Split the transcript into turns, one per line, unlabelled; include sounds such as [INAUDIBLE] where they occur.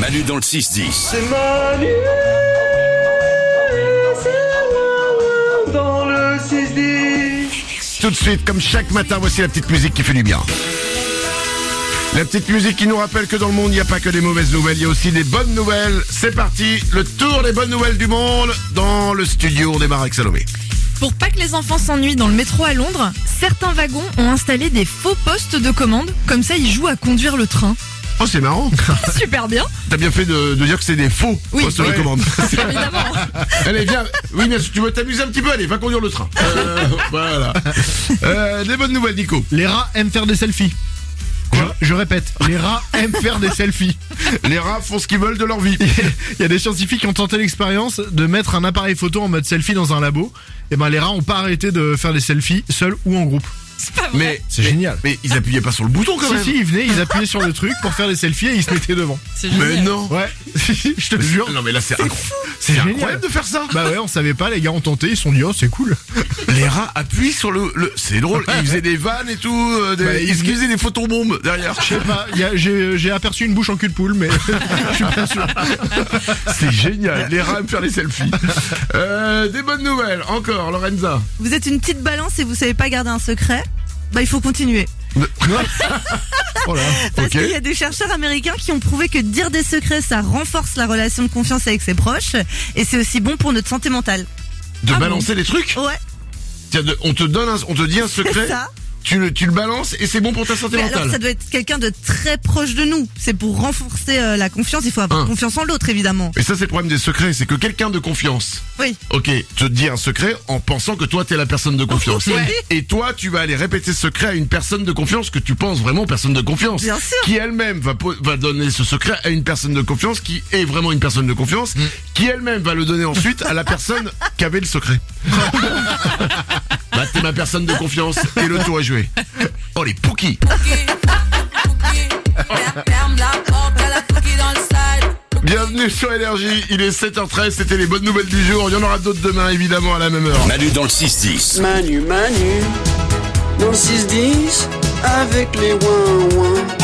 Manu dans le 6-10.
C'est Manu, c'est moi dans le 6-10.
Tout de suite, comme chaque matin, voici la petite musique qui fait du bien. La petite musique qui nous rappelle que dans le monde, il n'y a pas que des mauvaises nouvelles, il y a aussi des bonnes nouvelles. C'est parti, le tour des bonnes nouvelles du monde dans le studio. On démarre avec Salomé.
Pour pas que les enfants s'ennuient dans le métro à Londres, certains wagons ont installé des faux postes de commande, comme ça ils jouent à conduire le
[LAUGHS]
train.
Oh,
[LAUGHS]
c'est marrant.
Super bien,
T'as bien fait de, de dire que c'est des faux
Oui,
postes de
ouais.
commande.
évidemment.
Allez, viens. Oui, mais si tu veux t'amuser un petit peu, allez, va conduire le train. Euh, voilà. Euh, des bonnes nouvelles, Nico.
Les rats aiment faire des selfies. je, je répète, les rats aiment faire des selfies.
Les rats font ce qu'ils veulent de leur vie.
[LAUGHS] Il y a des scientifiques qui ont tenté l'expérience de mettre un appareil photo en mode selfie dans un labo. Et ben les rats ont pas arrêté de faire des selfies seuls ou en groupe.
C'est pas vrai.
Mais
C'est génial.
Mais ils appuyaient pas sur le bouton quand
Si
même.
si, ils venaient, ils appuyaient sur le truc pour faire des selfies et ils se mettaient devant.
C'est
Mais
génial.
non.
Ouais, [LAUGHS] je te jure.
Non mais là c'est incro- c'est
C'est génial.
incroyable de faire ça.
Bah ouais, on savait pas, les gars ont tenté, ils se sont dit oh c'est cool.
[LAUGHS] Les rats appuient sur le, le- c'est drôle. Ils faisaient des vannes et tout. euh, des-
Bah,
ils
ils-
utilisaient des photobombes derrière.
Je sais pas, il y a- j'ai j'ai aperçu une bouche en cul de poule, mais je suis pas sûr.
C'est génial. Les rats aiment faire les [LAUGHS] selfies. Euh, des bonnes nouvelles encore, Lorenza.
Vous êtes une petite balance et vous savez pas garder un secret bah, il faut continuer.
Ah
Oh là.
Parce
Ok.
qu'il y a des chercheurs américains qui ont prouvé que dire des secrets, ça renforce la relation de confiance avec ses proches. Et c'est aussi bon pour notre santé mentale.
De balancer des trucs.
Ouais,
Tiens, de- on te donne, un- on te dit un
c'est
secret.
ça.
Tu le, tu le balances et c'est bon pour ta santé
Mais alors,
mentale.
ça doit être quelqu'un de très proche de nous. C'est pour renforcer euh, la confiance. Il faut avoir
Hein.
confiance en l'autre, évidemment.
Et ça, c'est le problème des secrets, c'est que quelqu'un de confiance,
Oui.
ok, te dit un secret en pensant que toi, t'es la personne de confiance.
Ouais.
Et toi, tu vas aller répéter ce secret à une personne de confiance que tu penses vraiment personne de confiance.
Bien sûr.
Qui elle-même va, po- va donner ce secret à une personne de confiance qui est vraiment une personne de confiance, qui elle-même va le donner ensuite à la personne qui avait le secret. bah, t'es ma personne de confiance et le tour est joué. Oh, les pouquis
[LAUGHS] Ferme la porte, elle a tout qui dans le side.
Bienvenue sur Énergie, il est 7h13, c'était les bonnes nouvelles du jour, il y en aura d'autres demain évidemment à la même heure.
Manu dans le 6-10.
Manu, Manu, dans le 6-10, avec les ouin-ouin.